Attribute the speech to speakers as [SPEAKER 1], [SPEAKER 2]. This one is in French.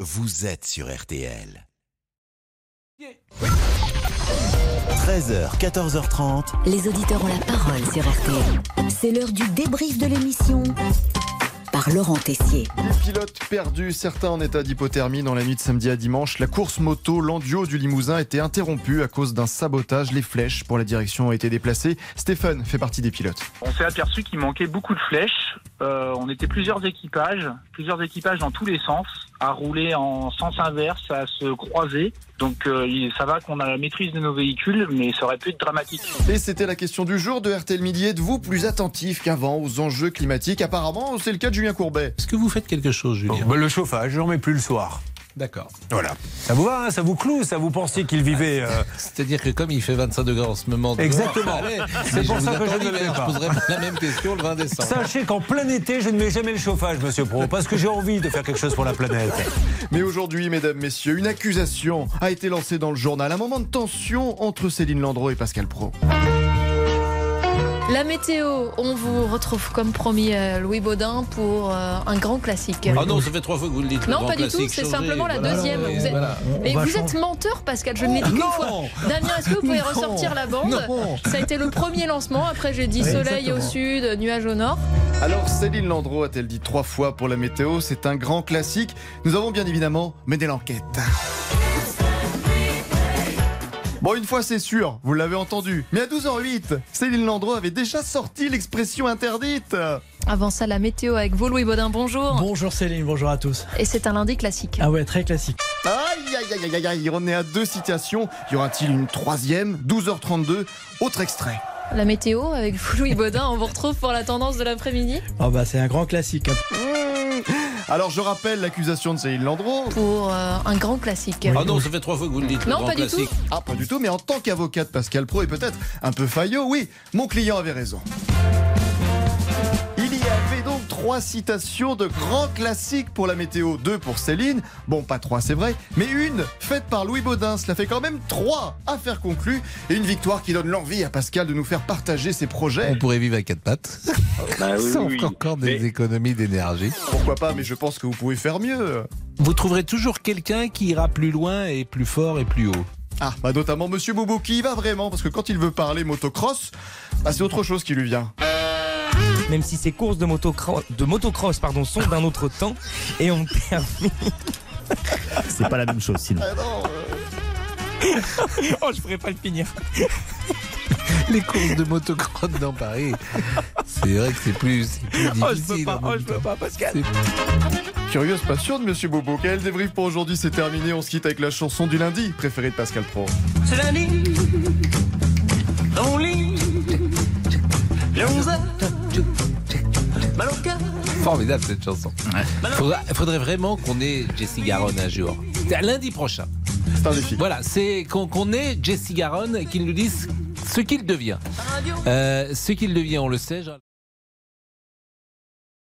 [SPEAKER 1] vous êtes sur RTL. 13h, 14h30.
[SPEAKER 2] Les auditeurs ont la parole sur RTL. C'est l'heure du débrief de l'émission par Laurent Tessier.
[SPEAKER 3] Des pilotes perdus, certains en état d'hypothermie dans la nuit de samedi à dimanche. La course moto, l'enduo du Limousin, a été interrompue à cause d'un sabotage. Les flèches pour la direction ont été déplacées. Stéphane fait partie des pilotes.
[SPEAKER 4] On s'est aperçu qu'il manquait beaucoup de flèches. Euh, on était plusieurs équipages, plusieurs équipages dans tous les sens, à rouler en sens inverse, à se croiser. Donc euh, ça va qu'on a la maîtrise de nos véhicules, mais ça aurait pu être dramatique.
[SPEAKER 3] Et c'était la question du jour de RTL Midi. Êtes-vous plus attentif qu'avant aux enjeux climatiques Apparemment, c'est le cas de Julien Courbet.
[SPEAKER 5] Est-ce que vous faites quelque chose, Julien
[SPEAKER 6] Bon, bah, le chauffage, je n'en mets plus le soir.
[SPEAKER 5] D'accord.
[SPEAKER 6] Voilà. Ça vous va, hein, ça vous cloue, ça vous pensiez qu'il vivait. euh,
[SPEAKER 5] C'est-à-dire que comme il fait 25 degrés en ce moment. dehors,
[SPEAKER 6] Exactement.
[SPEAKER 5] allez,
[SPEAKER 6] C'est
[SPEAKER 5] mais
[SPEAKER 6] pour
[SPEAKER 5] vous
[SPEAKER 6] ça que
[SPEAKER 5] attends
[SPEAKER 6] je ne le
[SPEAKER 5] l'hiver,
[SPEAKER 6] mets pas.
[SPEAKER 5] Je poserai la même question le 20 décembre.
[SPEAKER 6] Sachez qu'en plein été, je ne mets jamais le chauffage, monsieur Pro, parce que j'ai envie de faire quelque chose pour la planète.
[SPEAKER 3] Mais aujourd'hui, mesdames, messieurs, une accusation a été lancée dans le journal. Un moment de tension entre Céline Landreau et Pascal Pro.
[SPEAKER 7] La météo, on vous retrouve comme promis euh, Louis Baudin pour euh, un grand classique.
[SPEAKER 5] Ah non, ça fait trois fois que vous le dites. le
[SPEAKER 7] Non,
[SPEAKER 5] grand
[SPEAKER 7] pas du tout,
[SPEAKER 5] classique,
[SPEAKER 7] c'est
[SPEAKER 5] changez,
[SPEAKER 7] simplement la
[SPEAKER 5] voilà.
[SPEAKER 7] deuxième.
[SPEAKER 5] Oui,
[SPEAKER 7] Vous êtes-
[SPEAKER 8] Ah,
[SPEAKER 5] voilà.
[SPEAKER 7] Mais vous êtes menteur, Pascal, je ne l'ai dit qu'une fois. Damien, est-ce que vous pouvez ressortir la bande
[SPEAKER 5] Non.
[SPEAKER 7] Ça a été le premier lancement, après j'ai dit soleil au sud, nuages au nord.
[SPEAKER 3] Alors, Céline Landreau a-t-elle dit trois fois pour la météo C'est un grand classique. Nous avons bien évidemment mené l'enquête. Bon, une fois c'est sûr, vous l'avez entendu, mais à 12h08, Céline Landreau avait déjà sorti l'expression interdite.
[SPEAKER 7] Avant ça, la météo avec vous, Louis Baudin, bonjour.
[SPEAKER 8] Bonjour Céline, bonjour à tous.
[SPEAKER 7] Et c'est un lundi classique.
[SPEAKER 8] Ah ouais, très classique.
[SPEAKER 3] Aïe, aïe, aïe, aïe, aïe, aïe, on est à deux citations. Y aura-t-il une troisième 12h32, autre extrait.
[SPEAKER 7] La météo avec vous, Louis Baudin, on vous retrouve pour la tendance de l'après-midi
[SPEAKER 8] Ah bah c'est un grand classique. hein.
[SPEAKER 3] Alors, je rappelle l'accusation de Céline Landreau.
[SPEAKER 7] pour euh, un grand classique.
[SPEAKER 5] Ah non, ça fait trois fois que vous le dites. le
[SPEAKER 7] Non,
[SPEAKER 5] grand
[SPEAKER 7] pas du
[SPEAKER 5] classique.
[SPEAKER 7] tout.
[SPEAKER 3] Ah, pas du tout, mais en tant qu'avocat de Pascal Pro et peut-être un peu faillot, oui, mon client avait raison. Il y avait donc trois citations de grands classiques pour la météo. Deux pour Céline, bon, pas trois, c'est vrai, mais une faite par Louis Baudin. Cela fait quand même trois affaires conclues et une victoire qui donne l'envie à Pascal de nous faire partager ses projets.
[SPEAKER 5] On pourrait vivre à quatre pattes,
[SPEAKER 4] Bah, oui,
[SPEAKER 5] sans
[SPEAKER 4] oui, oui.
[SPEAKER 5] encore des
[SPEAKER 4] Mais-
[SPEAKER 5] économies d'énergie.
[SPEAKER 3] Pourquoi pas, mais je pense que vous pouvez faire mieux.
[SPEAKER 5] Vous trouverez toujours quelqu'un qui ira plus loin et plus fort et plus haut.
[SPEAKER 3] Ah, bah notamment Monsieur Bobo qui y va vraiment, parce que quand il veut parler motocross, bah c'est autre chose qui lui vient.
[SPEAKER 9] même si ces courses de, motocro- de motocross pardon, sont d'un autre temps et ont permis.
[SPEAKER 10] C'est pas la même chose sinon.
[SPEAKER 9] Oh, je pourrais pas le finir.
[SPEAKER 5] Les courses de motocross dans Paris, c'est vrai que c'est plus, c'est plus difficile.
[SPEAKER 9] Oh, je peux pas,
[SPEAKER 5] en
[SPEAKER 9] oh,
[SPEAKER 5] même
[SPEAKER 9] je peux
[SPEAKER 5] temps.
[SPEAKER 9] pas, Pascal.
[SPEAKER 5] C'est-
[SPEAKER 3] Curieuse passion de Monsieur Bobo. Quel débrief pour aujourd'hui, c'est terminé. On se quitte avec la chanson du lundi, préférée de Pascal Pro.
[SPEAKER 9] C'est la ligne, dans ligne, Lonza, Mallorca.
[SPEAKER 5] Formidable cette chanson. Faudra- Faudrait, vraiment qu'on ait Jessie Garonne un jour. C'est à Lundi prochain.
[SPEAKER 3] C'est un défi.
[SPEAKER 5] Voilà, c'est qu'on qu'on ait Jessie Garonne et qu'il nous dise ce qu'il devient. Euh, ce qu'il devient, on le sait. Jean-